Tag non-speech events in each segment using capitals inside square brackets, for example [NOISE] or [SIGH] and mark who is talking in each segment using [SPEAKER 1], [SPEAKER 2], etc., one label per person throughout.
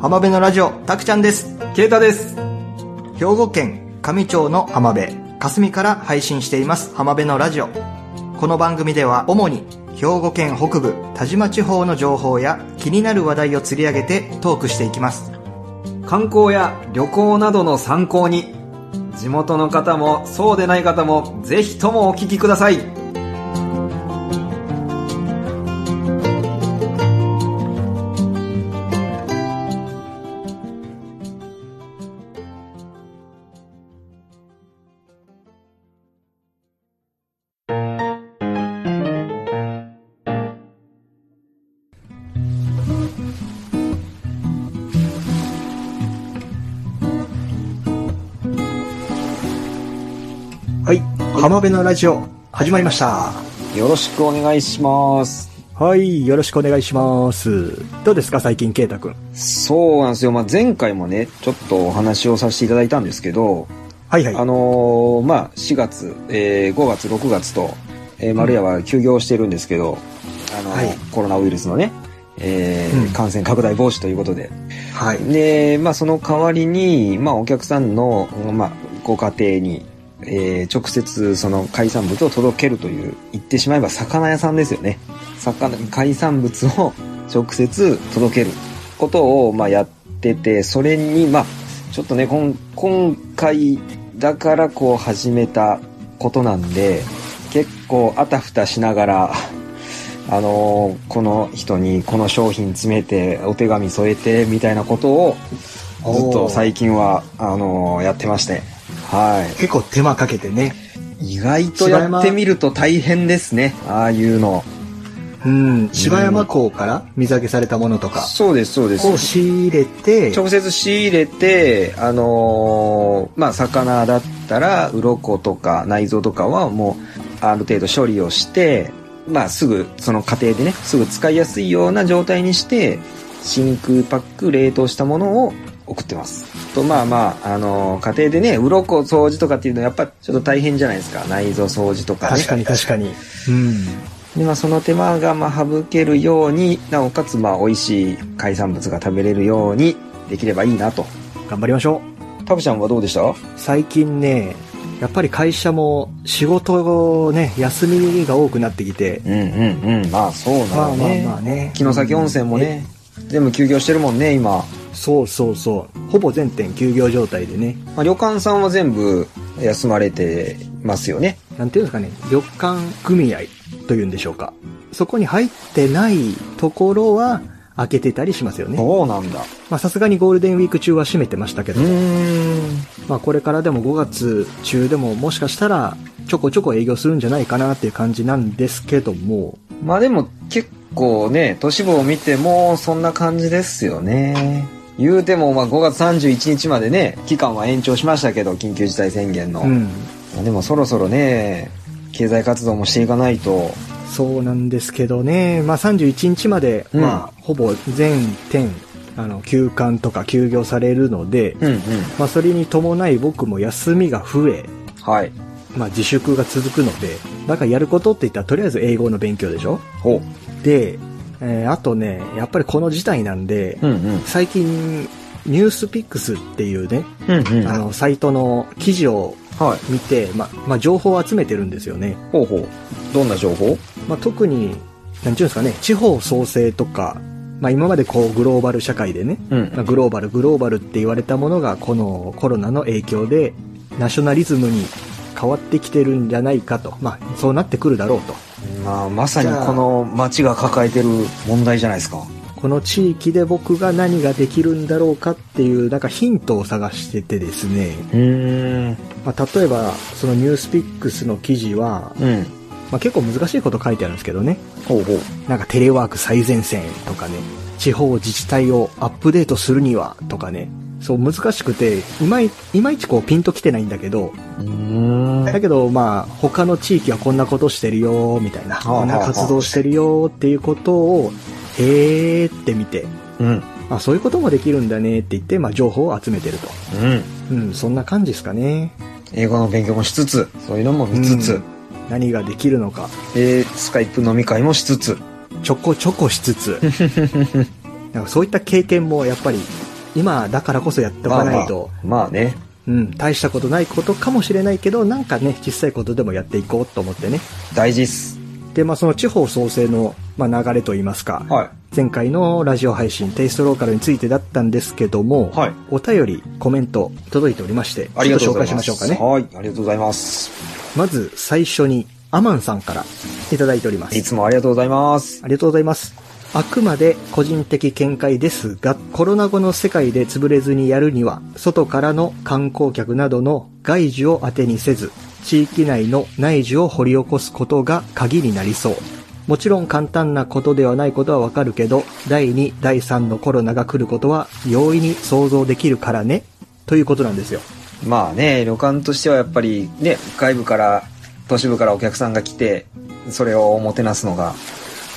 [SPEAKER 1] 浜辺のラジオ、たくちゃんです。
[SPEAKER 2] ケイタです。
[SPEAKER 1] 兵庫県上町の浜辺、霞から配信しています浜辺のラジオ。この番組では主に兵庫県北部田島地方の情報や気になる話題を釣り上げてトークしていきます。
[SPEAKER 2] 観光や旅行などの参考に、地元の方もそうでない方もぜひともお聞きください。
[SPEAKER 1] はい。浜辺のラジオ、始まりました。
[SPEAKER 2] よろしくお願いします。
[SPEAKER 1] はい。よろしくお願いします。どうですか最近、ケイタくん。
[SPEAKER 2] そうなんですよ。まあ、前回もね、ちょっとお話をさせていただいたんですけど、
[SPEAKER 1] はいはい。
[SPEAKER 2] あのーまあ、4月、えー5月、6月と、えー丸屋は休業してるんですけど、あのー
[SPEAKER 1] はい
[SPEAKER 2] コロナウイルスのね、えー
[SPEAKER 1] うん
[SPEAKER 2] 感染拡大防止ということで。
[SPEAKER 1] はい。
[SPEAKER 2] で、まあ、その代わりに、まあ、お客さんの、まあ、ご家庭に、えー直接その海産物を届けるという、言ってしまえば魚屋さんですよね。魚、海産物を直接届けることを、まあ、やってて、それに、まあ、ちょっとね、こん今回だからこう始めたことなんで、結構あたふたしながら、あのーこの人にこの商品詰めて、お手紙添えて、みたいなことを、ずっと最近は、あのーやってまして。は
[SPEAKER 1] 結構手間かけてね。
[SPEAKER 2] い。意外とやってみると大変ですね。ああいうの。
[SPEAKER 1] うん。芝山港から水揚げされたものとか
[SPEAKER 2] そうです、そうです。
[SPEAKER 1] を仕入れて、
[SPEAKER 2] 直接仕入れて、あのーまあ、魚だったら、鱗とか内臓とかはもう、ある程度処理をして、まあ、すぐ、その過程でね、すぐ使いやすいような状態にして、真空パック、冷凍したものを送ってます。と、まあまあ、あのー家庭でね、鱗掃除とかっていうのはやっぱちょっと大変じゃないですか。内臓掃除とかね。
[SPEAKER 1] 確かに確かに。うん。
[SPEAKER 2] で、まあ、その手間がまあ省けるように、なおかつまあ、美味しい海産物が食べれるようにできればいいなと。
[SPEAKER 1] 頑張りましょう。
[SPEAKER 2] タブちゃんはどうでした
[SPEAKER 1] 最近ね、やっぱり会社も仕事をね、休みが多くなってきて、
[SPEAKER 2] うんうんうん。まあそう
[SPEAKER 1] ま
[SPEAKER 2] な
[SPEAKER 1] あ
[SPEAKER 2] の
[SPEAKER 1] まあ
[SPEAKER 2] ね。
[SPEAKER 1] まあね。
[SPEAKER 2] 城崎温泉もね、全部休業してるもんね、今。
[SPEAKER 1] え。そうそうそう。ほぼ全店休業状態でね。
[SPEAKER 2] まあ、旅館さんは全部休まれてますよね。
[SPEAKER 1] なんていうんですかね、旅館組合というんでしょうか。そこに入ってないところは開けてたりしますよね。
[SPEAKER 2] そうなんだ。
[SPEAKER 1] まあさすがにゴールデンウィーク中は閉めてましたけ
[SPEAKER 2] う
[SPEAKER 1] ど、
[SPEAKER 2] ーん。
[SPEAKER 1] まあこれからでも5月中でももしかしたらちょこちょこ営業するんじゃないかなっていう感じなんですけども、
[SPEAKER 2] まあでも結構ね、都市部を見てもそんな感じですよね。言うてもまあ5月31日までね、期間は延長しましたけど、緊急事態宣言の。
[SPEAKER 1] うん。
[SPEAKER 2] まあでもそろそろね、経済活動もしていかないと。
[SPEAKER 1] そうなんですけどね、まあ、31日まで、
[SPEAKER 2] うん
[SPEAKER 1] まあ、ほぼ全店、あの、休館とか休業されるので、
[SPEAKER 2] うんうん。
[SPEAKER 1] まあ、それに伴い僕も休みが増え、
[SPEAKER 2] はい。
[SPEAKER 1] まあ、自粛が続くので、だからやることって言ったらとりあえず英語の勉強でしょ
[SPEAKER 2] ほう。
[SPEAKER 1] で、えーあとね、やっぱりこの事態なんで、
[SPEAKER 2] うんうん。
[SPEAKER 1] 最近、ニュースピックスっていうね、
[SPEAKER 2] うんうん。
[SPEAKER 1] あの、サイトの記事を
[SPEAKER 2] はい。
[SPEAKER 1] 見て、まあ、まあ、情報を集めてるんですよね。
[SPEAKER 2] ほうほう。どんな情報
[SPEAKER 1] まあ、特に、なんていうんですかね、地方創生とか、まあ、今までこうグローバル社会でね、
[SPEAKER 2] うん
[SPEAKER 1] まあ、グローバルグローバルって言われたものがこのコロナの影響でナショナリズムに変わってきてるんじゃないかと、まあ、そうなってくるだろうと。
[SPEAKER 2] まあ、まさにこの町が抱えてる問題じゃないですか。
[SPEAKER 1] この地域で僕が何ができるんだろうかっていう、なんかヒントを探しててですね、
[SPEAKER 2] うーん。
[SPEAKER 1] まあ、例えば、そのニュースピックスの記事は、
[SPEAKER 2] うん。
[SPEAKER 1] まあ、結構難しいこと書いてあるんですけどね、
[SPEAKER 2] ほうほう。
[SPEAKER 1] なんかテレワーク最前線とかね、地方自治体をアップデートするにはとかね、そう難しくて、いまいいまいちこうピンときてないんだけど、
[SPEAKER 2] うー
[SPEAKER 1] だ
[SPEAKER 2] ん。
[SPEAKER 1] けどまあ他の地域はこんなことしてるよみたいな、
[SPEAKER 2] はあは
[SPEAKER 1] こ
[SPEAKER 2] あ
[SPEAKER 1] んな活動してるよっていうことを、へーって見て、
[SPEAKER 2] うん。
[SPEAKER 1] あ、そういうこともできるんだねって言って、まあ情報を集めてると。
[SPEAKER 2] うん。
[SPEAKER 1] うん、そんな感じですかね。
[SPEAKER 2] 英語の勉強もしつつ、そういうのも見つ
[SPEAKER 1] う
[SPEAKER 2] つ
[SPEAKER 1] ん、何ができるのか、
[SPEAKER 2] えー、スカイプ飲み会もしつつ。 [LAUGHS]
[SPEAKER 1] ちょこちょこしつつ、なんかそういった経験もやっぱり今だからこそやっておかないと、
[SPEAKER 2] まあまあ、まあね。
[SPEAKER 1] うん、大したことないことかもしれないけど、なんかね、小さいことでもやっていこうと思ってね。
[SPEAKER 2] 大事っす。
[SPEAKER 1] で、まあその地方創生の、まあ、流れといいますか、
[SPEAKER 2] は
[SPEAKER 1] 前回のラジオ配信、テイストローカルについてだったんですけども、
[SPEAKER 2] はい
[SPEAKER 1] お便り、コメント、届いておりまして、
[SPEAKER 2] い。ありがとうござい
[SPEAKER 1] ちょ
[SPEAKER 2] ま
[SPEAKER 1] っ
[SPEAKER 2] す。
[SPEAKER 1] 紹介しましょうかね。
[SPEAKER 2] はい。ありがとうございます。
[SPEAKER 1] まず最初に、アマンさんからいただいておりま
[SPEAKER 2] い
[SPEAKER 1] す。
[SPEAKER 2] つもありがとうございます。
[SPEAKER 1] ありがとうございます。あくまで個人的見解ですが、コロナ後の世界で潰れずにやるには、外からの観光客などの外需を当てにせず、地域内の内需を掘り起こすことが鍵になりそう。もちろん簡単なことではないことはわかるけど、第2、第3のコロナが来ることは容易に想像できるからね、ということなんですよ。
[SPEAKER 2] まあね、旅館としてはやっぱりね、外部から、都市部からお客さんが来て、それをおもてなすのが、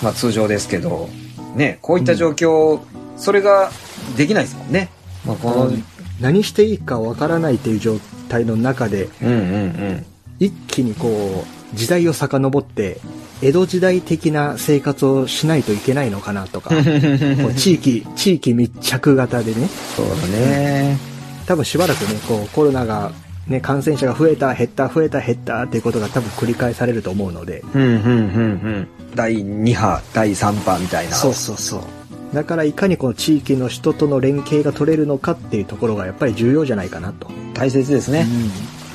[SPEAKER 2] まあ通常ですけど、ね、こういった状況、それができないですもんね。まあこの、うん
[SPEAKER 1] 何していいかわからないという状態の中で、
[SPEAKER 2] うんうん。
[SPEAKER 1] 一気にこう時代を遡って江戸時代的な生活をしないといけないのかな [LAUGHS] とかこう地域地域密着型でね
[SPEAKER 2] そうだね。
[SPEAKER 1] 多分しばらくねこうコロナが、ね、感染者が増えた減った増えた減ったっていうことが多分繰り返されると思うので
[SPEAKER 2] うんうんうんうん。第2波、第3波みたいな。
[SPEAKER 1] そうそうそうだからいかにこの地域の人との連携が取れるのかっていうところがやっぱり重要じゃないかなと、
[SPEAKER 2] 大切です
[SPEAKER 1] う
[SPEAKER 2] ね。
[SPEAKER 1] ん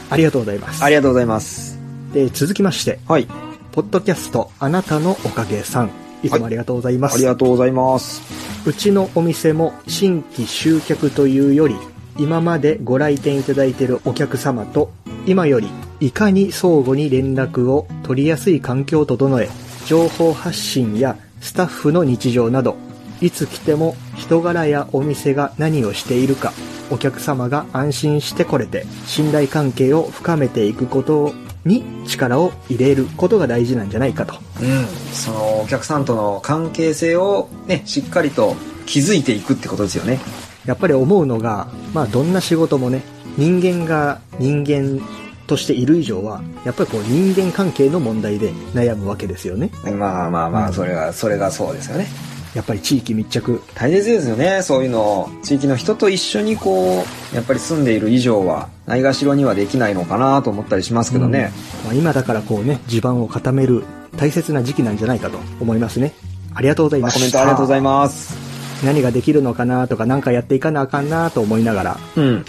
[SPEAKER 1] ありがとうございます
[SPEAKER 2] ありがとうございます。
[SPEAKER 1] で続きまして
[SPEAKER 2] はい。
[SPEAKER 1] ポッドキャストあなたのおかげさんいつもありがとうございます、
[SPEAKER 2] ありがとうございます。
[SPEAKER 1] うちのお店も新規集客というより、今までご来店いただいているお客様と、今よりいかに相互に連絡を取りやすい環境を整え、情報発信やスタッフの日常など、いつ来ても人柄やお店が何をしているか、お客様が安心してこれて、信頼関係を深めていくことに力を入れることが大事なんじゃないかと。
[SPEAKER 2] うん。そのお客さんとの関係性をね、しっかりと築いていくってことですよね。
[SPEAKER 1] やっぱり思うのが、まあどんな仕事もね、人間が人間としている以上は、やっぱりこう人間関係の問題で悩むわけですよね。
[SPEAKER 2] まあまあま
[SPEAKER 1] う
[SPEAKER 2] あ、
[SPEAKER 1] ん
[SPEAKER 2] それは、それがそうですよね。
[SPEAKER 1] やっぱり地域密着。
[SPEAKER 2] 大切ですよね、そういうの。地域の人と一緒にこう、やっぱり住んでいる以上は、ないがしろにはできないのかなと思ったりしますけどね。
[SPEAKER 1] まあ今だからこうね、地盤を固める大切な時期なんじゃないかと思いますね。ありがとうござい
[SPEAKER 2] ま
[SPEAKER 1] ま
[SPEAKER 2] あ
[SPEAKER 1] す。
[SPEAKER 2] コメントありがとうござい
[SPEAKER 1] ま
[SPEAKER 2] ます。
[SPEAKER 1] す。何ができるのかなとか、何かやっていかなあかんなと思いながら、
[SPEAKER 2] うん。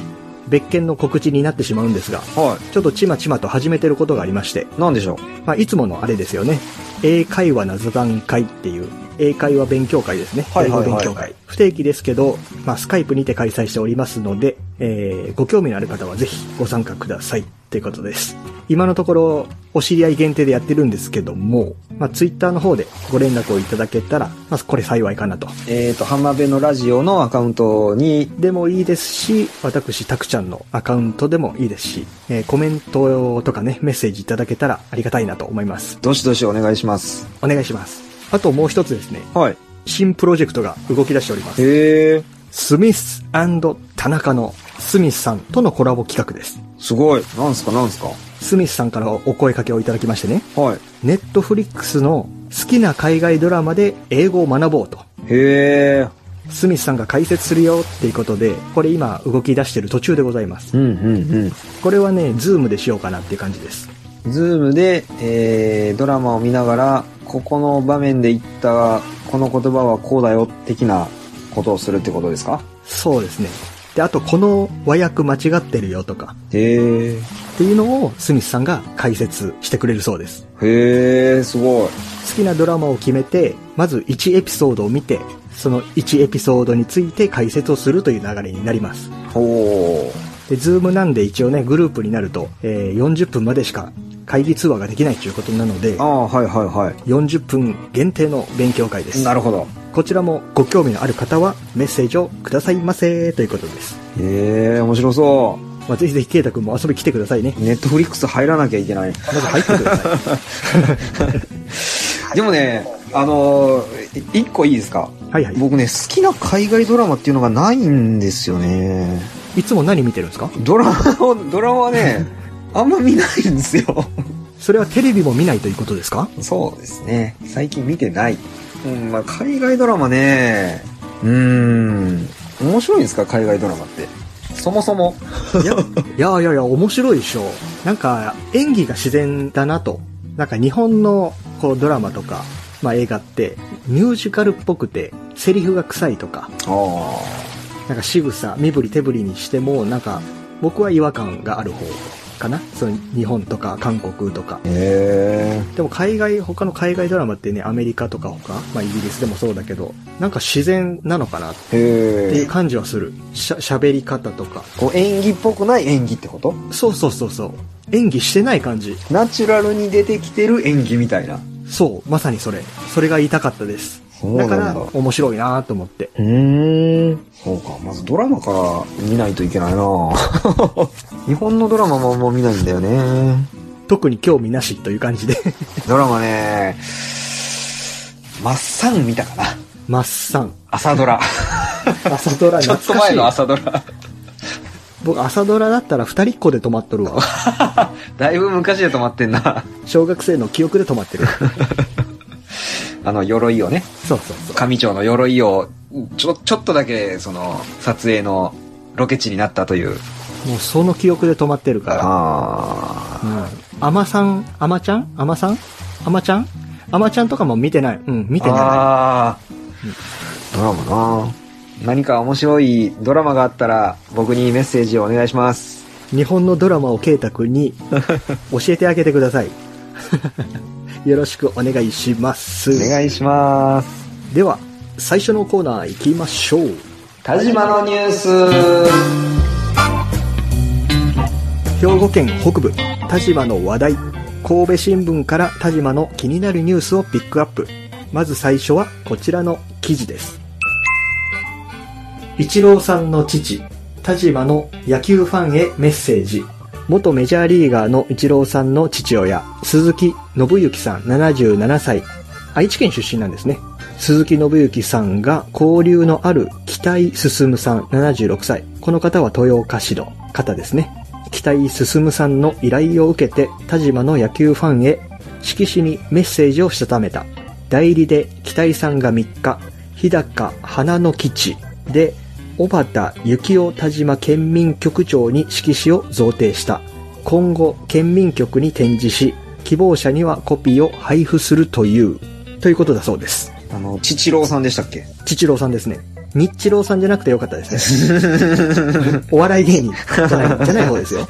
[SPEAKER 1] 別件の告知になってしまうんですが、
[SPEAKER 2] は
[SPEAKER 1] ちょっとちまちまと始めてることがありまして、
[SPEAKER 2] い。なんでしょう。
[SPEAKER 1] まあ、いつものあれですよね。英会話な座談会っていう、英会話勉強会ですね。
[SPEAKER 2] はいはいはい
[SPEAKER 1] 英語勉強会。不定期ですけど、まあ、スカイプにて開催しておりますので、えー、ご興味のある方はぜひご参加くださいということです。今のところ、お知り合い限定でやってるんですけども、まあ、ツイッターの方でご連絡をいただけたら、まあ、これ幸いかなと。
[SPEAKER 2] えっ、と、浜辺のラジオのアカウントに、
[SPEAKER 1] でもいいですし、私、たくちゃんのアカウントでもいいですし、えーコメントとかね、メッセージいただけたらありがたいなと思います。
[SPEAKER 2] どしどしお願いします。
[SPEAKER 1] お願いします。あともう一つですね、
[SPEAKER 2] はい。
[SPEAKER 1] 新プロジェクトが動き出しております。
[SPEAKER 2] へえ、
[SPEAKER 1] スミス田中のスミスさんとのコラボ企画です。
[SPEAKER 2] すごい。なんすかなんすか
[SPEAKER 1] スミスさんからお声掛けをいただきましてね、
[SPEAKER 2] はい。
[SPEAKER 1] ネットフリックスの好きな海外ドラマで英語を学ぼうと、
[SPEAKER 2] へえ。
[SPEAKER 1] スミスさんが解説するよっていうことで、これ今動き出してる途中でございます。
[SPEAKER 2] うんうん
[SPEAKER 1] これはね、ズームでしようかなっていう感じです。
[SPEAKER 2] うん。ズームで、えー、ドラマを見ながら、ここの場面で言った、この言葉はこうだよ、的なことをするってことですか
[SPEAKER 1] そうですね。で、あとこの和訳間違ってるよとか、
[SPEAKER 2] へえ。
[SPEAKER 1] っていうのをスミスさんが解説してくれるそうです。
[SPEAKER 2] へえ、すごい。
[SPEAKER 1] 好きなドラマを決めてまず1エピソードを見てその1エピソードについて解説をするという流れになります
[SPEAKER 2] ほ
[SPEAKER 1] で Zoom なんで一応ねグループになると、えー40分までしか会議通話ができないということなので
[SPEAKER 2] う。ああ、はいはいは
[SPEAKER 1] 40分限定の勉強会で
[SPEAKER 2] い。
[SPEAKER 1] す
[SPEAKER 2] なるほど。
[SPEAKER 1] こちらもご興味のある方はメッセージをくださいませということです、
[SPEAKER 2] へえ、面白そ
[SPEAKER 1] まあ、ぜひぜひ圭太君も遊び来てくださいね
[SPEAKER 2] う。ネットフリックス入らなきゃいけない。
[SPEAKER 1] まず入ってください
[SPEAKER 2] でもね、あのー、い一個いいですか
[SPEAKER 1] はいはい
[SPEAKER 2] 僕ね、好きな海外ドラマっていうのがないんですよね。
[SPEAKER 1] いつも何見てるんですか
[SPEAKER 2] ドラマを、ドラマはね、あんま見ないんですよ。
[SPEAKER 1] それはテレビも見ないということですか
[SPEAKER 2] そうですね。最近見てない。うん、まあ、海外ドラマね、うーん、面白いんですか海外ドラマって。そもそも。
[SPEAKER 1] いや、いやいやいや、面白いでしょ。なんか、演技が自然だなと。なんか日本の、こう、ドラマとか、まあ映画って、ミュージカルっぽくて、セリフが臭いとか、
[SPEAKER 2] ああ。
[SPEAKER 1] なんか仕草、身振り手振りにしても、なんか、僕は違和感がある方かな。その日本とか韓国とか。
[SPEAKER 2] へ
[SPEAKER 1] でも海外、他の海外ドラマってね、アメリカとか他、まあイギリスでもそうだけど、なんか自然なのかなっ
[SPEAKER 2] え。
[SPEAKER 1] て
[SPEAKER 2] へ
[SPEAKER 1] いう
[SPEAKER 2] え。
[SPEAKER 1] 感じはする。しゃ、喋り方とか。
[SPEAKER 2] こう演技っぽくない演技ってこと
[SPEAKER 1] そうそうそうそう。演技してない感じ。
[SPEAKER 2] ナチュラルに出てきてる演技みたいな。
[SPEAKER 1] そう、まさにそれ。それが言いたかったです。
[SPEAKER 2] そう
[SPEAKER 1] だか
[SPEAKER 2] な
[SPEAKER 1] ら
[SPEAKER 2] んだ。、
[SPEAKER 1] 面白いなと思って。
[SPEAKER 2] うーん。そうか。まずドラマから見ないといけ [LAUGHS] ないな日本のドラマももう見ないんだよね。
[SPEAKER 1] 特に興味なしという感じで。 [LAUGHS]
[SPEAKER 2] ドラマね、マッサン見たかな。
[SPEAKER 1] マッサン。
[SPEAKER 2] 朝ドラ。
[SPEAKER 1] 朝ドラ
[SPEAKER 2] [LAUGHS] ちょ
[SPEAKER 1] 懐
[SPEAKER 2] っと
[SPEAKER 1] かし
[SPEAKER 2] 前
[SPEAKER 1] い
[SPEAKER 2] の。朝ドラ。
[SPEAKER 1] 僕、朝ドラだったら二人っ子で止まっとるわ。
[SPEAKER 2] [LAUGHS] だいぶ昔で止まってんな。 [LAUGHS]
[SPEAKER 1] 小学生の記憶で止まってる。
[SPEAKER 2] あの、鎧をね、
[SPEAKER 1] そうそうそう。
[SPEAKER 2] 上町の鎧を、ちょ、ちょっとだけ、その、撮影のロケ地になったという。
[SPEAKER 1] もうその記憶で止まってるから。
[SPEAKER 2] あ
[SPEAKER 1] うん。アマさん、アマちゃんアマさんアマちゃんアマちゃんとかも見てない。うん、見
[SPEAKER 2] ー。
[SPEAKER 1] てな
[SPEAKER 2] あードラマな何か面白いドラマがあったら、僕にメッセージをお願いします。
[SPEAKER 1] い。日本のドラマを圭太くん
[SPEAKER 2] [LAUGHS]
[SPEAKER 1] に教えてあげてください。よろしくお願い [LAUGHS] します。
[SPEAKER 2] お願いします。
[SPEAKER 1] では最初のコーナー行きましょう
[SPEAKER 2] 田島のニュース
[SPEAKER 1] 兵庫県北部田島の話題神戸新聞から田島の気になるニュースをピックアップまず最初はこちらの記事ですイチローさんの父田島の野球ファンへメッセージ元メジャーリーガーのイチローさんの父親鈴木信之さん77歳愛知県出身なんですね鈴木信之さんが交流のある北井進さん76歳。この方は豊岡市の方ですね。北井進さんの依頼を受けて田島の野球ファンへ色紙にメッセージをしたためた。代理で北井さんが3日、日高花の基地で小畑幸雄田島県民局長に色紙を贈呈した。今後、県民局に展示し、希望者にはコピーを配布するという、ということだそうです。
[SPEAKER 2] あの、父郎さんでしたっけ
[SPEAKER 1] チチローさんですね。ニッチローさんじゃなくてよかったですね。お笑い芸人じゃない、じゃない方ですよ。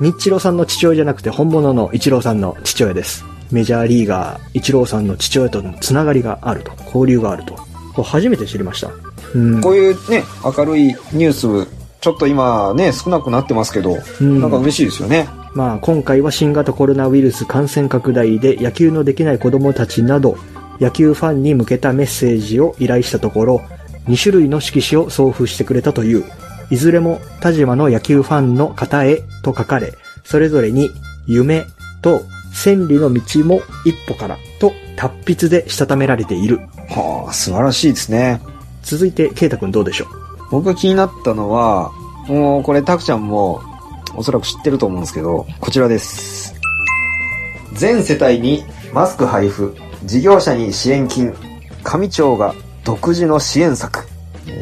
[SPEAKER 1] ニッチローさんの父親じゃなくて本物のイチローさんの父親です。メジャーリーガー、イチローさんの父親とのつながりがあると、交流があると。これ初めて知りました。うん。
[SPEAKER 2] こういうね、明るいニュース、ちょっと今ね、少なくなってますけど、
[SPEAKER 1] ん
[SPEAKER 2] なんか嬉しいですよね。
[SPEAKER 1] まあ、今回は新型コロナウイルス感染拡大で野球のできない子供たちなど、野球ファンに向けたメッセージを依頼したところ、2種類の色紙を送付してくれたという、いずれも田島の野球ファンの方へと書かれ、それぞれに夢と千里の道も一歩からと達筆でしたためられている。
[SPEAKER 2] はあ、素晴らしいですね。
[SPEAKER 1] 続いて、ケイタくんどうでしょう
[SPEAKER 2] 僕が気になったのは、もうこれ、たくちゃんも、おそらく知ってると思うんですけど、こちらです。全世帯にマスク配布、事業者に支援金、上町が独自の支援策。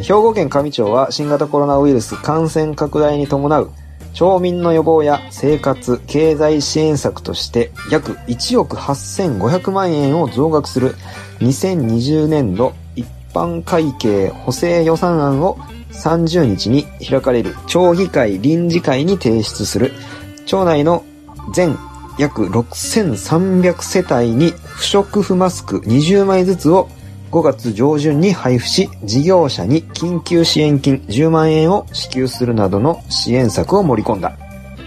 [SPEAKER 2] 兵庫県上町は新型コロナウイルス感染拡大に伴う町民の予防や生活、経済支援策として約1億8500万円を増額する2020年度一般会計補正予算案を30日に開かれる町議会臨時会に提出する町内の全約6300世帯に不織布マスク20枚ずつを5月上旬に配布し、事業者に緊急支援金10万円を支給するなどの支援策を盛り込んだ。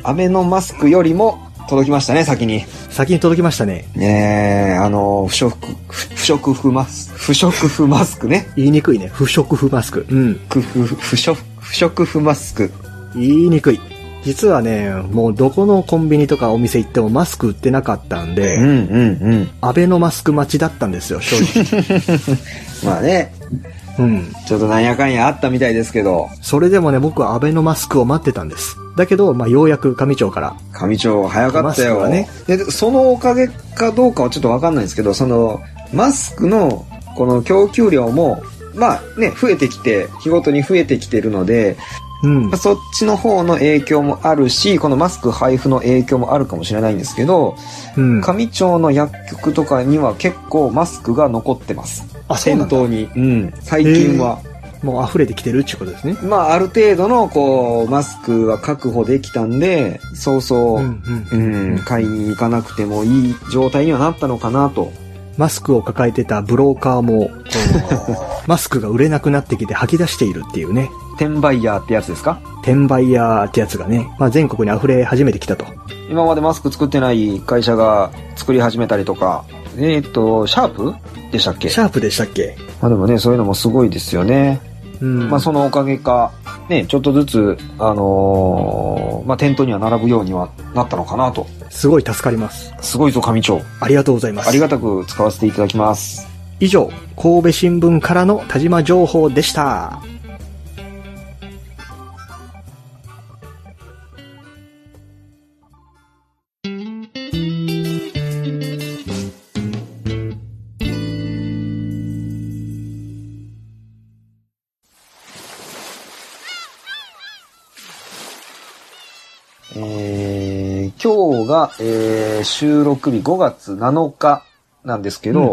[SPEAKER 2] アベノマスクよりも届きましたね、先に。
[SPEAKER 1] 先に届きましたね。
[SPEAKER 2] ねえ、あの、不織布、不織布マスク、不織布マスクね。
[SPEAKER 1] 言いにくいね。不織布マスク。うん。
[SPEAKER 2] 不不不織不織布マスク。
[SPEAKER 1] 言いにくい。実はね、もうどこのコンビニとかお店行ってもマスク売ってなかったん
[SPEAKER 2] う
[SPEAKER 1] で、
[SPEAKER 2] んうんうん。
[SPEAKER 1] アベノマスク待ちだったんですよ、正 [LAUGHS] 直。
[SPEAKER 2] まあね、
[SPEAKER 1] うん。
[SPEAKER 2] ちょっとなんやかんやあったみたいですけど、
[SPEAKER 1] それでもね、僕はアベノマスクを待ってたんです。だけど、まあ、ようやく上町から。
[SPEAKER 2] 上町早かったよ。
[SPEAKER 1] マスクはね
[SPEAKER 2] で、そのおかげかどうかはちょっとわかんないんですけど、その、マスクの、この供給量も、まあね、増えてきて、日ごとに増えてきてるので、
[SPEAKER 1] うん
[SPEAKER 2] まあ。そっちの方の影響もあるし、このマスク配布の影響もあるかもしれないんですけど、
[SPEAKER 1] うん。
[SPEAKER 2] 上町の薬局とかには結構マスクが残ってます。
[SPEAKER 1] あ、そうな
[SPEAKER 2] 店
[SPEAKER 1] んだ。
[SPEAKER 2] 頭に。うん。最近は。
[SPEAKER 1] もう溢れてきてるっていうことですね。
[SPEAKER 2] まあ、ある程度の、こう、マスクは確保できたんで、そうそう、うん、
[SPEAKER 1] ん
[SPEAKER 2] 買いに行かなくてもいい状態にはなったのかなと。
[SPEAKER 1] マスクを抱えてたブローカーも、 [LAUGHS] マスクが売れなくなってきて吐き出しているっていうね、
[SPEAKER 2] 転売ヤーってやつですか
[SPEAKER 1] 転売屋ってやつがね、まあ、全国に溢れ始めてきたと。
[SPEAKER 2] 今までマスク作ってない会社が作り始めたりとか、えっ、と、シャープでしたっけ
[SPEAKER 1] シャープでしたっけ
[SPEAKER 2] まあでもね、そういうのもすごいですよね。
[SPEAKER 1] うん。
[SPEAKER 2] まあそのおかげか、ね、ちょっとずつ、あのーまあ店頭には並ぶようにはなったのかなと。
[SPEAKER 1] すごい助かります。
[SPEAKER 2] すごいぞ、上町。
[SPEAKER 1] ありがとうございます。
[SPEAKER 2] ありがたく使わせていただきます。
[SPEAKER 1] 以上、神戸新聞からの田島情報でした。
[SPEAKER 2] えー、今日が、えー、収録日5月7日なんですけど、
[SPEAKER 1] うん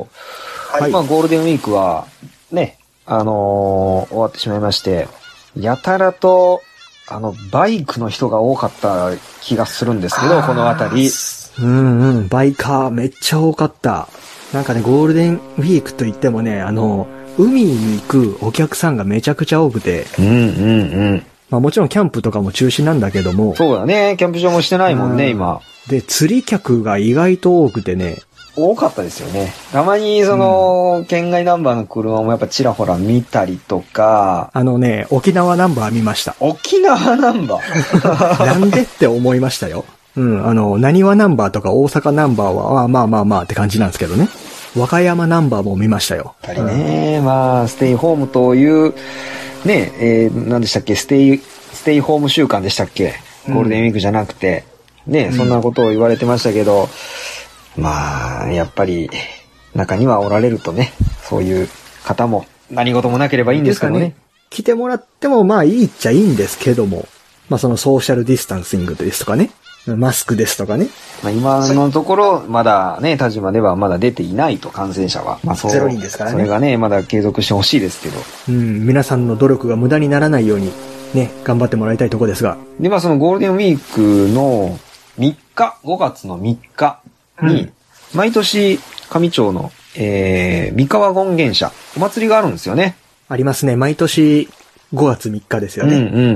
[SPEAKER 1] はい
[SPEAKER 2] まあゴールデンウィークは、ね、あのー終わってしまいまして、やたらと、あの、バイクの人が多かった気がするんですけど、この辺り。
[SPEAKER 1] うんうん、バイカーめっちゃ多かった。なんかね、ゴールデンウィークといってもね、あの、海に行くお客さんがめちゃくちゃ多くて、
[SPEAKER 2] うんうんうん。
[SPEAKER 1] まあもちろんキャンプとかも中止なんだけども、
[SPEAKER 2] そうだね。キャンプ場もしてないもん
[SPEAKER 1] う
[SPEAKER 2] ね、
[SPEAKER 1] ん
[SPEAKER 2] 今。
[SPEAKER 1] で、釣り客が意外と多くてね、
[SPEAKER 2] 多かったですよね。たまに、その、県外ナンバーの車もやっぱちらほら見たりとか、。
[SPEAKER 1] あのね、沖縄ナンバー見ました
[SPEAKER 2] 沖縄ナンバー。 [LAUGHS]
[SPEAKER 1] なんでって思いましたよ。うん、あの、何はナンバーとか大阪ナンバーは、まあまあまあまあって感じなんですけどね。和歌山ナンバーも見ましたよ。
[SPEAKER 2] やっぱりね、まあ、ステイホームという、ね、えー、何でしたっけ、ステイ、ステイホーム週間でしたっけ
[SPEAKER 1] うん
[SPEAKER 2] ゴールデンウィークじゃなくて、ね、そんなことを言われてましたけど、まあ、やっぱり、中にはおられるとね、そういう方も、何事もなければいいんですけど
[SPEAKER 1] です
[SPEAKER 2] ね
[SPEAKER 1] か。来てもらってもまあいいっちゃいいんですけども、まあそのソーシャルディスタンシングですとかね、マスクですとかね、
[SPEAKER 2] まあ、今のところ、まだね、田島ではまだ出ていないと、感染者は。まあ、そう
[SPEAKER 1] ゼロ人ですからね
[SPEAKER 2] それがね、まだ継続してほしいですけど。
[SPEAKER 1] うん、皆さんの努力が無駄にならないように、ね、頑張ってもらいたいとこですが、
[SPEAKER 2] で、まあ、そのゴールデンウィークの3日、5月の3日に、
[SPEAKER 1] うん
[SPEAKER 2] 毎年、上町の、えー、三河権現社、お祭りがあるんですよね。
[SPEAKER 1] ありますね、毎年5月3日ですよ
[SPEAKER 2] うんう
[SPEAKER 1] ね。
[SPEAKER 2] んうんう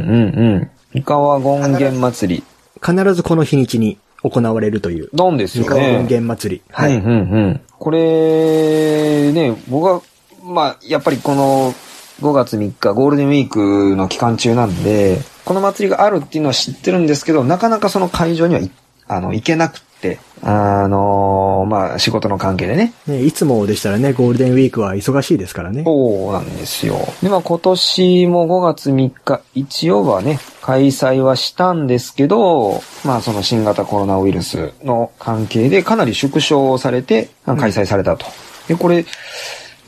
[SPEAKER 2] ん。三河権現祭り。
[SPEAKER 1] 必ずこの日にちに行われるという、
[SPEAKER 2] なんです
[SPEAKER 1] 三
[SPEAKER 2] よ
[SPEAKER 1] 河
[SPEAKER 2] ね。
[SPEAKER 1] 権現祭り。は
[SPEAKER 2] う
[SPEAKER 1] い。
[SPEAKER 2] んうんうん。これ、ね、僕は、まあ、やっぱりこの5月3日、ゴールデンウィークの期間中なんで、この祭りがあるっていうのは知ってるんですけど、なかなかその会場にはい、あの、行けなくって、あの、まあ、仕事の関係でね。
[SPEAKER 1] ね、いつもでしたらね、ゴールデンウィークは忙しいですからね。
[SPEAKER 2] そうなんですよ。で、まあ今年も5月3日、一応はね、開催はしたんですけど、まあその新型コロナウイルスの関係でかなり縮小されて、あ開催されたと。で、これ、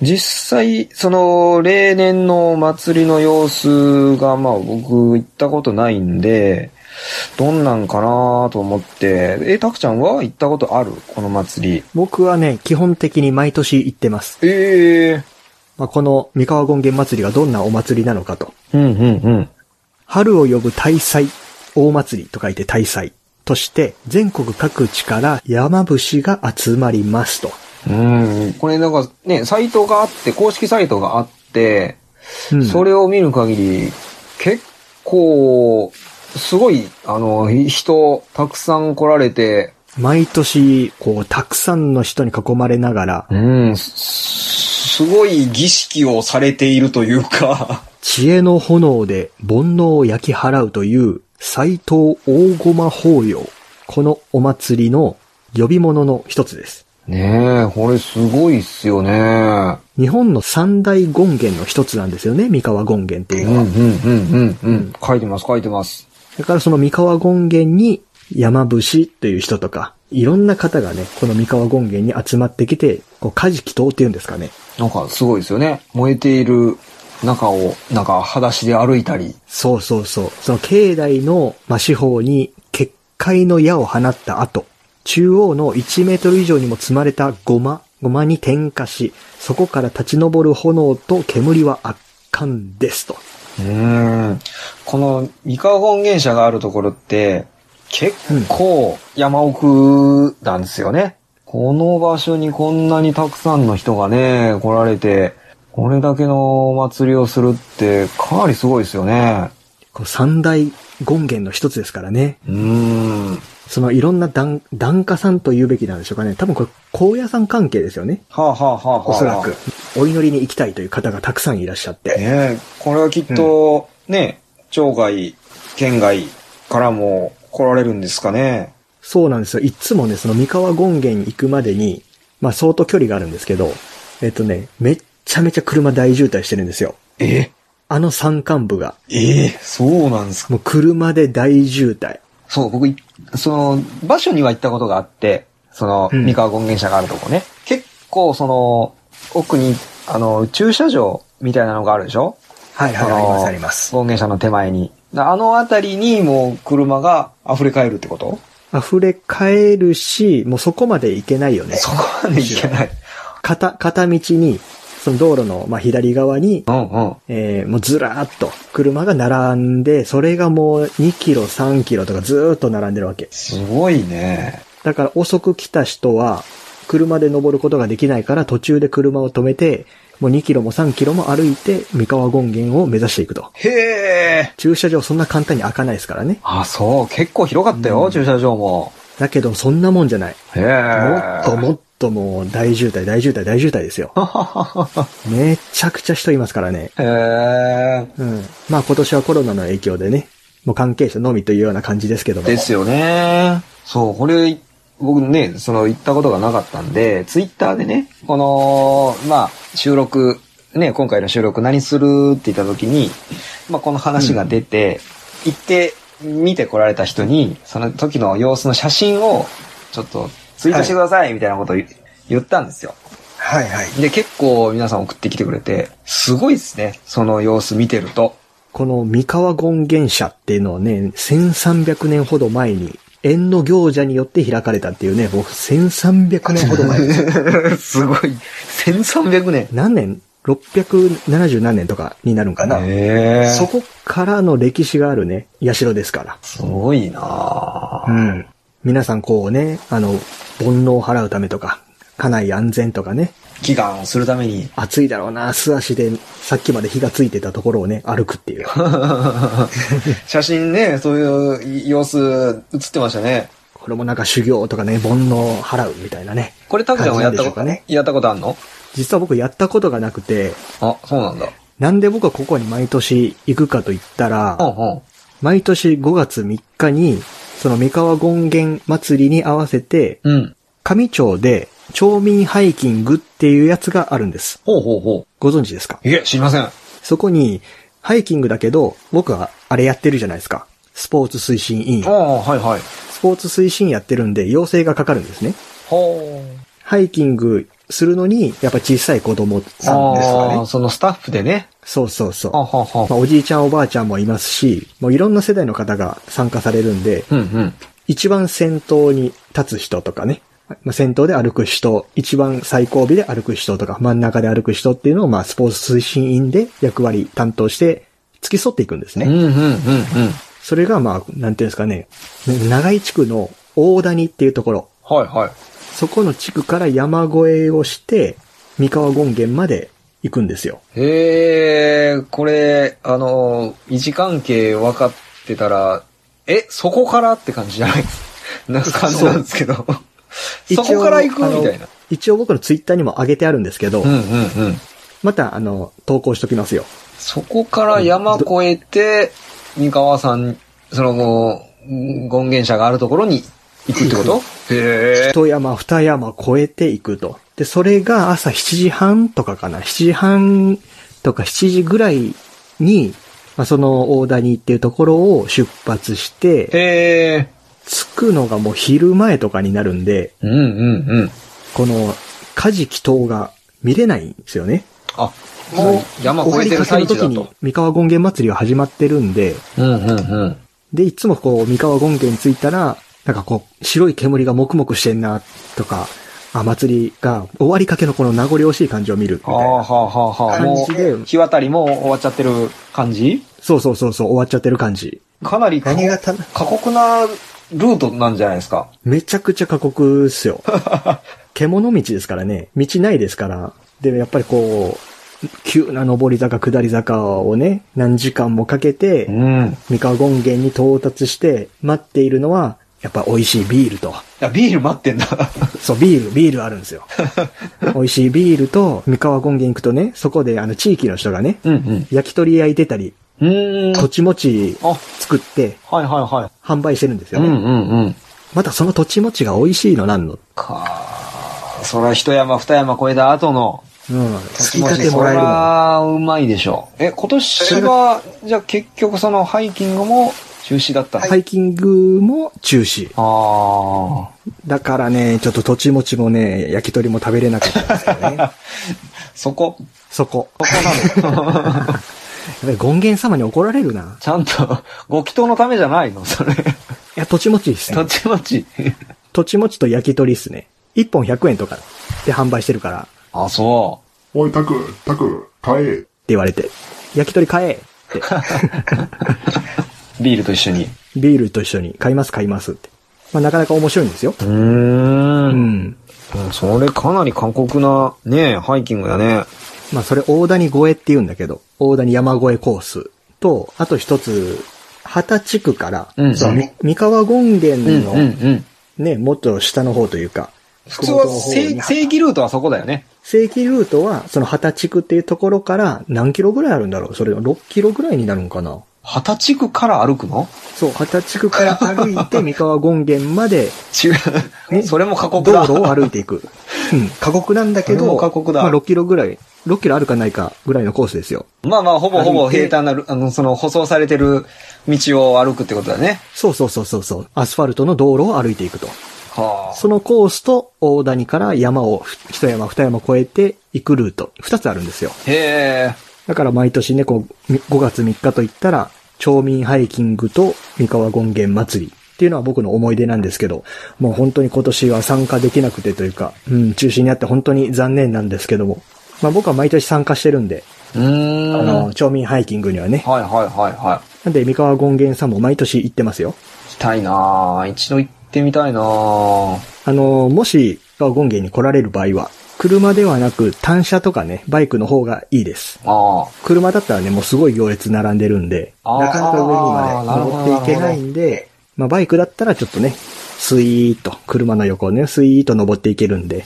[SPEAKER 2] 実際、その、例年の祭りの様子が、まあ僕行ったことないんで、どんなんかなと思って、え、たくちゃんは行ったことあるこの祭り。
[SPEAKER 1] 僕はね、基本的に毎年行ってます。
[SPEAKER 2] ええ
[SPEAKER 1] まあ、この三河権現祭りがどんなお祭りなのかと。
[SPEAKER 2] うんうんうん。
[SPEAKER 1] 春を呼ぶ大祭、大祭りと書いて大祭として、全国各地から山伏が集まりますと。
[SPEAKER 2] うん、これなんかね、サイトがあって、公式サイトがあって、
[SPEAKER 1] うん
[SPEAKER 2] それを見る限り、結構、すごい、あの、ひ人、たくさん来られて、
[SPEAKER 1] 毎年、こう、たくさんの人に囲まれながら、
[SPEAKER 2] うん、すすごい儀式をされているというか、
[SPEAKER 1] 知恵の炎で煩悩を焼き払うという、斎藤大駒法要。このお祭りの呼び物の一つです。
[SPEAKER 2] ねえ、これすごいっすよね。、
[SPEAKER 1] 日本の三大権現の一つなんですよね、三河権現っていううんのは。
[SPEAKER 2] うん、うん、うん、うん。書いてます、書いてます。
[SPEAKER 1] だからその三河権現に山伏という人とか、いろんな方がね、この三河権現に集まってきて、こう、家事祈祷っていうんですかね。
[SPEAKER 2] なんかすごいですよね。燃えている中を、なんか裸足で歩いたり。
[SPEAKER 1] そうそうそう。その境内の、まあ、四方に結界の矢を放った後、中央の1メートル以上にも積まれたゴマ、ゴマに点火し、そこから立ち上る炎と煙は圧巻ですと。
[SPEAKER 2] うーん。この三河権現社があるところって、結構山奥なんですよね。この場所にこんなにたくさんの人がね、来られて、これだけのお祭りをするって、かなりすごいですよね。
[SPEAKER 1] この三大権現の一つですからね。
[SPEAKER 2] うーん。
[SPEAKER 1] そのいろんな檀檀家さんと言うべきなんでしょうかね。多分これ、高野山関係ですよね。
[SPEAKER 2] はあ、はあはあはあ、
[SPEAKER 1] おそらく。お祈りに行きたいという方がたくさんいらっしゃって。
[SPEAKER 2] ねえ、これはきっと、ね、町外、県外からも来られるんですかね。
[SPEAKER 1] そうなんですよ。いつもね、その三河権現に行くまでに、まあ相当距離があるんですけど、えっとね、めっちゃめちゃ車大渋滞してるんですよ。
[SPEAKER 2] え
[SPEAKER 1] あの山間部が。
[SPEAKER 2] ええそうなんですか。
[SPEAKER 1] もう車で大渋滞。
[SPEAKER 2] そう、僕、いその、場所には行ったことがあって、その、
[SPEAKER 1] うん
[SPEAKER 2] 三河権現社があるとこね。結構、その、奥に、あの、駐車場みたいなのがあるでしょ
[SPEAKER 1] はいはい、
[SPEAKER 2] あ
[SPEAKER 1] あり
[SPEAKER 2] の
[SPEAKER 1] ますあります。
[SPEAKER 2] 権現社の手前に。なあの辺りにもう車が溢れ返るってこと
[SPEAKER 1] 溢れ返るし、もうそこまで行けないよね。
[SPEAKER 2] そこまで行けない。
[SPEAKER 1] 片、片道に、その道路の、まあ、左側に、
[SPEAKER 2] うんうん。
[SPEAKER 1] えーもうずらーっと車が並んで、それがもう2キロ、3キロとかずーっと並んでるわけ。
[SPEAKER 2] すごいね。
[SPEAKER 1] だから遅く来た人は、車で登ることができないから途中で車を止めて、もう2キロも3キロも歩いて三河権現を目指していくと。
[SPEAKER 2] へえ。
[SPEAKER 1] 駐車場そんな簡単に開かないですからね。
[SPEAKER 2] あ、そう。結構広かったよ、
[SPEAKER 1] うん
[SPEAKER 2] 駐車場も。
[SPEAKER 1] だけどそんなもんじゃない。
[SPEAKER 2] へ
[SPEAKER 1] もっ
[SPEAKER 2] え。
[SPEAKER 1] ともっともう大渋滞、大渋滞、大渋滞ですよ。めちゃくちゃ人いますからね。
[SPEAKER 2] へえ。
[SPEAKER 1] うん。まあ今年はコロナの影響でね、もう関係者のみというような感じですけども。
[SPEAKER 2] ですよね。そう、これ、僕ね、その、行ったことがなかったんで、ツイッターでね、この、まあ、収録、ね、今回の収録何するって言った時に、まあ、この話が出て、行って、見てこられた人に、その時の様子の写真を、ちょっと、ツイートしてください、みたいなことを言言ったんですよ。
[SPEAKER 1] はいはい。
[SPEAKER 2] で、結構皆さん送ってきてくれて、すごいですね。その様子見てると。
[SPEAKER 1] この三河権現社っていうのはね、1300年ほど前に、縁の行者によって開かれたっていうね、もう1300年ほど [LAUGHS] 前です。
[SPEAKER 2] [LAUGHS] すごい。1300年。
[SPEAKER 1] 何年 ?670 何年とかになるんかな、
[SPEAKER 2] へえ。
[SPEAKER 1] そこからの歴史があるね、社ですから。
[SPEAKER 2] すごいな
[SPEAKER 1] う
[SPEAKER 2] ぁ
[SPEAKER 1] ん。皆さんこうね、あの、煩悩を払うためとか、家内安全とかね、
[SPEAKER 2] 祈願をするた
[SPEAKER 1] [LAUGHS]
[SPEAKER 2] めに。
[SPEAKER 1] 暑いだろうな、素足でさっきまで火がついてたところをね、歩くって [LAUGHS] いう。
[SPEAKER 2] 写真ね、そういう様子映ってましたね。
[SPEAKER 1] これもなんか修行とかね、煩悩を払うみたいなね。
[SPEAKER 2] これタクちゃんはやっ
[SPEAKER 1] 感じなんでし
[SPEAKER 2] た
[SPEAKER 1] ょ
[SPEAKER 2] こ
[SPEAKER 1] う
[SPEAKER 2] と、
[SPEAKER 1] かね
[SPEAKER 2] やったことあんの
[SPEAKER 1] 実は僕やったことがなくて、
[SPEAKER 2] あ、そうなんだ。
[SPEAKER 1] なんで僕はここに毎年行くかと言ったら、
[SPEAKER 2] うんうん。
[SPEAKER 1] 毎年5月3日に、その三河権現祭りに合わせて、
[SPEAKER 2] うん。
[SPEAKER 1] 上町で町民ハイキングっていうやつがあるんです。
[SPEAKER 2] ほうほうほ
[SPEAKER 1] ご存知ですか
[SPEAKER 2] う。いえ、知りません。
[SPEAKER 1] そこに、ハイキングだけど、僕はあれやってるじゃないですか。スポーツ推進委員
[SPEAKER 2] あ。あ、はいはい。
[SPEAKER 1] スポーツ推進やってるんで、要請がかかるんですね。
[SPEAKER 2] ほう。
[SPEAKER 1] ハイキングするのに、やっぱ小さい子供さんですか
[SPEAKER 2] ああ、
[SPEAKER 1] ね。
[SPEAKER 2] そのスタッフでね。
[SPEAKER 1] そうそうそう。
[SPEAKER 2] あはは。
[SPEAKER 1] まあ、おじいちゃんおばあちゃんもいますし、もういろんな世代の方が参加されるんで、
[SPEAKER 2] うんうん。
[SPEAKER 1] 一番先頭に立つ人とかね、まあ、先頭で歩く人、一番最後尾で歩く人とか、真ん中で歩く人っていうのを、まあ、スポーツ推進員で役割担当して、付き添っていくんです
[SPEAKER 2] うん
[SPEAKER 1] ね。
[SPEAKER 2] うんうんうん。
[SPEAKER 1] それが、まあ、なんていうんですかね、ね長井地区の大谷っていうところ、
[SPEAKER 2] はいはい。
[SPEAKER 1] そこの地区から山越えをして、三河権現まで行くんですよ。
[SPEAKER 2] へえ、これ、あの、位置関係分かってたら、え、そこからって感じじゃない [LAUGHS] なんか感じなんですけど。 [LAUGHS] そこから行くみたい
[SPEAKER 1] あ
[SPEAKER 2] な
[SPEAKER 1] の。一応僕のツイッターにも上げてあるんですけど、
[SPEAKER 2] うんうんうん。
[SPEAKER 1] また、あの、投稿しときますよ。
[SPEAKER 2] そこから山越えて、三河さん、そのもう、権現者があるところに行くってことへえ。
[SPEAKER 1] 一山二山越えていくと。で、それが朝7時半とかかな。7時半とか7時ぐらいに、まあ、その大谷っていうところを出発して、
[SPEAKER 2] へえ。
[SPEAKER 1] 着くのがもう昼前とかになるんで、
[SPEAKER 2] うんうんうん。
[SPEAKER 1] この、カジキ島が見れないんですよね。
[SPEAKER 3] あ、もう山越えてる最中だ
[SPEAKER 1] おに
[SPEAKER 3] と。
[SPEAKER 1] 三河権現祭りは始まってるんで、
[SPEAKER 3] うんうんうん。
[SPEAKER 1] で、いつもこう、三河権現着いたら、なんかこう、白い煙がもくもくしてんな、とか、あ、祭りが終わりかけのこの名残惜しい感じを見るみた
[SPEAKER 2] あ
[SPEAKER 1] い
[SPEAKER 2] あ、は
[SPEAKER 1] な。
[SPEAKER 2] あはあはあ。も
[SPEAKER 1] 感じで
[SPEAKER 2] う、日渡りも終わっちゃってる感じ
[SPEAKER 1] そうそうそうそう、終わっちゃってる感じ。
[SPEAKER 2] かなり過
[SPEAKER 4] 何
[SPEAKER 2] 酷
[SPEAKER 4] がた、
[SPEAKER 2] 過酷なルートなんじゃないですか。
[SPEAKER 1] めちゃくちゃ過酷っすよ。獣道ですからね、道ないですから。で、やっぱりこう、急な上り坂、下り坂をね、何時間もかけ
[SPEAKER 2] う
[SPEAKER 1] て、
[SPEAKER 2] ん。い
[SPEAKER 1] 三河権現に到達して、待っているのは、やっぱ美味しいビールと。
[SPEAKER 2] や、ビール待ってんだ。
[SPEAKER 1] そう、ビール、ビールあるんです
[SPEAKER 2] [LAUGHS]
[SPEAKER 1] よ。美味しいビールと、三河権現行くとね、そこであの地域の人がね、
[SPEAKER 2] うんうん。
[SPEAKER 1] 焼き鳥焼いてたり、
[SPEAKER 2] うーん。
[SPEAKER 1] 土地餅
[SPEAKER 2] あ、
[SPEAKER 1] 作って
[SPEAKER 2] はいはいは
[SPEAKER 1] 販売してるんです
[SPEAKER 2] い。
[SPEAKER 1] よね。
[SPEAKER 2] うんうん。
[SPEAKER 1] またその土地餅が美味しいのなんの。
[SPEAKER 2] かそら一山二山越えた後の、
[SPEAKER 1] うん。
[SPEAKER 4] 突き立てもらえる
[SPEAKER 2] そ
[SPEAKER 4] もん。
[SPEAKER 2] らうまいでしょう。え、今年は、じゃあ結局そのハイキングも中止だったの、
[SPEAKER 1] ハイキングも中止。
[SPEAKER 2] あ
[SPEAKER 1] だからね、ちょっと土地餅もね、焼き鳥も食べれなかったんですよ
[SPEAKER 2] [LAUGHS]
[SPEAKER 1] ね。
[SPEAKER 2] あ、そこ、
[SPEAKER 1] そこ。
[SPEAKER 2] そ
[SPEAKER 1] [LAUGHS]
[SPEAKER 2] こなの。
[SPEAKER 1] やっぱり権現様に怒られるな。
[SPEAKER 2] ちゃんと、ご祈祷のためじゃないのそれ。
[SPEAKER 1] いや、土地餅です
[SPEAKER 2] どっ
[SPEAKER 1] ね。
[SPEAKER 2] ちもち。
[SPEAKER 1] 土地餅と焼き鳥ですね。1本100円とかで販売してるから、って
[SPEAKER 2] あ、そ
[SPEAKER 5] おい、タク、タク、買え。
[SPEAKER 1] 言われて。焼き鳥買えって。
[SPEAKER 2] [LAUGHS] う。ビールと一緒に。
[SPEAKER 1] ビールと一緒に買います買いますって。まあ、なかなか面白いんですよ。
[SPEAKER 2] うん
[SPEAKER 1] うん。
[SPEAKER 2] それかなり過酷な、ねえハイキングだね。
[SPEAKER 1] まあ、それ大谷越えって言うんだけど、大谷山越えコースと、あと一つ、畑地区から、
[SPEAKER 2] うん
[SPEAKER 1] そのみ三河権現
[SPEAKER 2] うん、
[SPEAKER 1] の、
[SPEAKER 2] うん、うん。
[SPEAKER 1] ね、もっと下の方というか、
[SPEAKER 2] 普通は
[SPEAKER 1] 福本の方に
[SPEAKER 2] 正、正義ルートはそこだよね。
[SPEAKER 1] 正規ルートは、その畑地区っていうところから何キロぐらいあるんだろうそれが6キロぐらいになるんかな
[SPEAKER 2] 二十地区から歩くの
[SPEAKER 1] そう、畑地区から歩いて三河権現ま [LAUGHS] で
[SPEAKER 2] [LAUGHS] 違
[SPEAKER 1] ね
[SPEAKER 2] う。それも過酷
[SPEAKER 1] 道
[SPEAKER 2] だ。
[SPEAKER 1] 路を歩いていく。うん、過酷なんだけ
[SPEAKER 2] それ
[SPEAKER 1] ど、
[SPEAKER 2] も過酷だ
[SPEAKER 1] まあ6キロぐらい、6キロあるかないかぐらいのコースですよ。
[SPEAKER 2] まあまあ、ほぼほぼ
[SPEAKER 1] 歩いて
[SPEAKER 2] 平坦なル、あの、その、舗装されてる道を歩くってことだね。
[SPEAKER 1] そうそうそうそうそう。アスファルトの道路を歩いていくと。
[SPEAKER 2] はあ。
[SPEAKER 1] そのコースと大谷から山を一山二山越えていくルート。二つあるんですよ。
[SPEAKER 2] へえ。
[SPEAKER 1] だから毎年ね、こう、み5月3日といったら、町民ハイキングと三河権現祭りっていうのは僕の思い出なんですけど、もう本当に今年は参加できなくてというか、うん、中止になって本当に残念なんですけども。まあ僕は毎年参加してるんで、
[SPEAKER 2] うーん。
[SPEAKER 1] あの、
[SPEAKER 2] はい
[SPEAKER 1] 町民ハイキングにはね。
[SPEAKER 2] はいはいはい。
[SPEAKER 1] なんで三河権現さんも毎年行ってますよ。
[SPEAKER 2] 行きたいなぁ。一度行ってみたいなぁ。
[SPEAKER 1] あの、もし、三河権現に来られる場合は、車ではなく単車とかね、バイクの方がいいです。
[SPEAKER 2] ああ。
[SPEAKER 1] 車だったらね、もうすごい行列並んでるんで、
[SPEAKER 2] あー
[SPEAKER 4] なかなか上にまで
[SPEAKER 2] なるほど
[SPEAKER 4] 登っていけ
[SPEAKER 2] な
[SPEAKER 4] な
[SPEAKER 2] る
[SPEAKER 4] い
[SPEAKER 2] ほど
[SPEAKER 4] んで、
[SPEAKER 1] まあ、バイクだったらちょっとね、スイーッと、車の横をね、スイーッと登っていけるんで。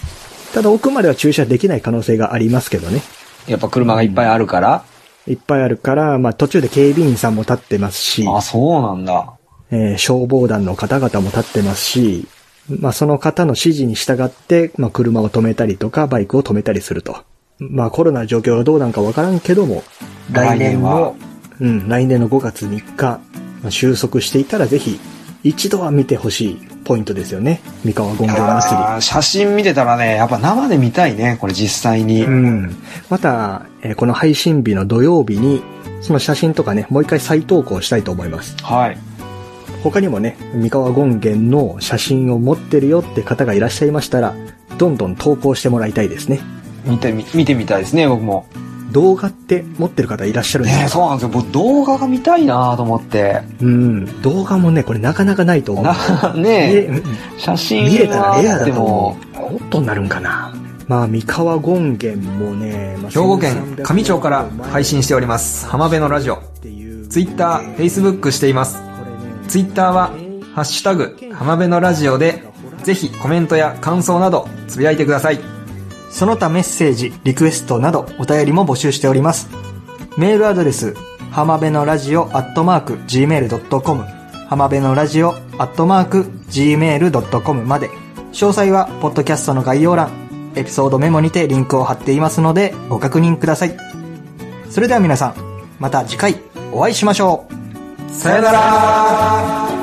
[SPEAKER 1] ただ奥までは駐車できない可能性がありますけどね。
[SPEAKER 2] やっぱ車がいっぱいあるから、
[SPEAKER 1] いっぱいあるから、まあ、途中で警備員さんも立ってますし、
[SPEAKER 2] あ、そうなんだ。
[SPEAKER 1] えー消防団の方々も立ってますし、まあ、その方の指示に従って、まあ、車を止めたりとか、バイクを止めたりすると。まあ、コロナの状況がどうなんかわからんけども、
[SPEAKER 4] 来年
[SPEAKER 2] は
[SPEAKER 4] の、
[SPEAKER 1] うん、来年の5月3日、まあ収束していたらぜひ、一度は見てほしいポイントですよね。三河権現祭り。
[SPEAKER 2] あー写真見てたらね、やっぱ生で見たいね、これ実際に。
[SPEAKER 1] うん。また、えーこの配信日の土曜日に、その写真とかね、もう一回再投稿したいと思います。
[SPEAKER 2] はい。
[SPEAKER 1] 他にもね、三河権現の写真を持ってるよって方がいらっしゃいましたら、どんどん投稿してもらいたいですね。
[SPEAKER 2] 見てみ、見てみたいですね、僕も。
[SPEAKER 1] 動画って持ってる方いらっしゃるんです
[SPEAKER 2] ね
[SPEAKER 1] か、
[SPEAKER 2] そうなんですよ。僕動画が見たいなと思って。
[SPEAKER 1] うん。動画もね、これなかなかないと思う。
[SPEAKER 2] な、ね
[SPEAKER 1] で
[SPEAKER 2] え写真
[SPEAKER 1] 見れたらレアだと思
[SPEAKER 2] も
[SPEAKER 1] う。もっとになるんかな。まあ、三河権現もね、まあ、
[SPEAKER 3] 兵庫県上町から配信しております浜辺のラジオ
[SPEAKER 1] っていう。
[SPEAKER 3] ツイッター、フェイスブックしています。
[SPEAKER 1] これね
[SPEAKER 3] ツイッターは、ハッシュタグ、浜辺のラジオで、ぜひコメントや感想など、つぶやいてください。
[SPEAKER 4] その他メッセージ、リクエストなどお便りも募集しております。メールアドレス、浜辺のラジオアットマーク gmail.com 浜辺のラジオアットマーク gmail.com まで。詳細は、ポッドキャストの概要欄、エピソードメモにてリンクを貼っていますので、ご確認ください。それでは皆さん、また次回お会いしましょう。
[SPEAKER 3] さよなら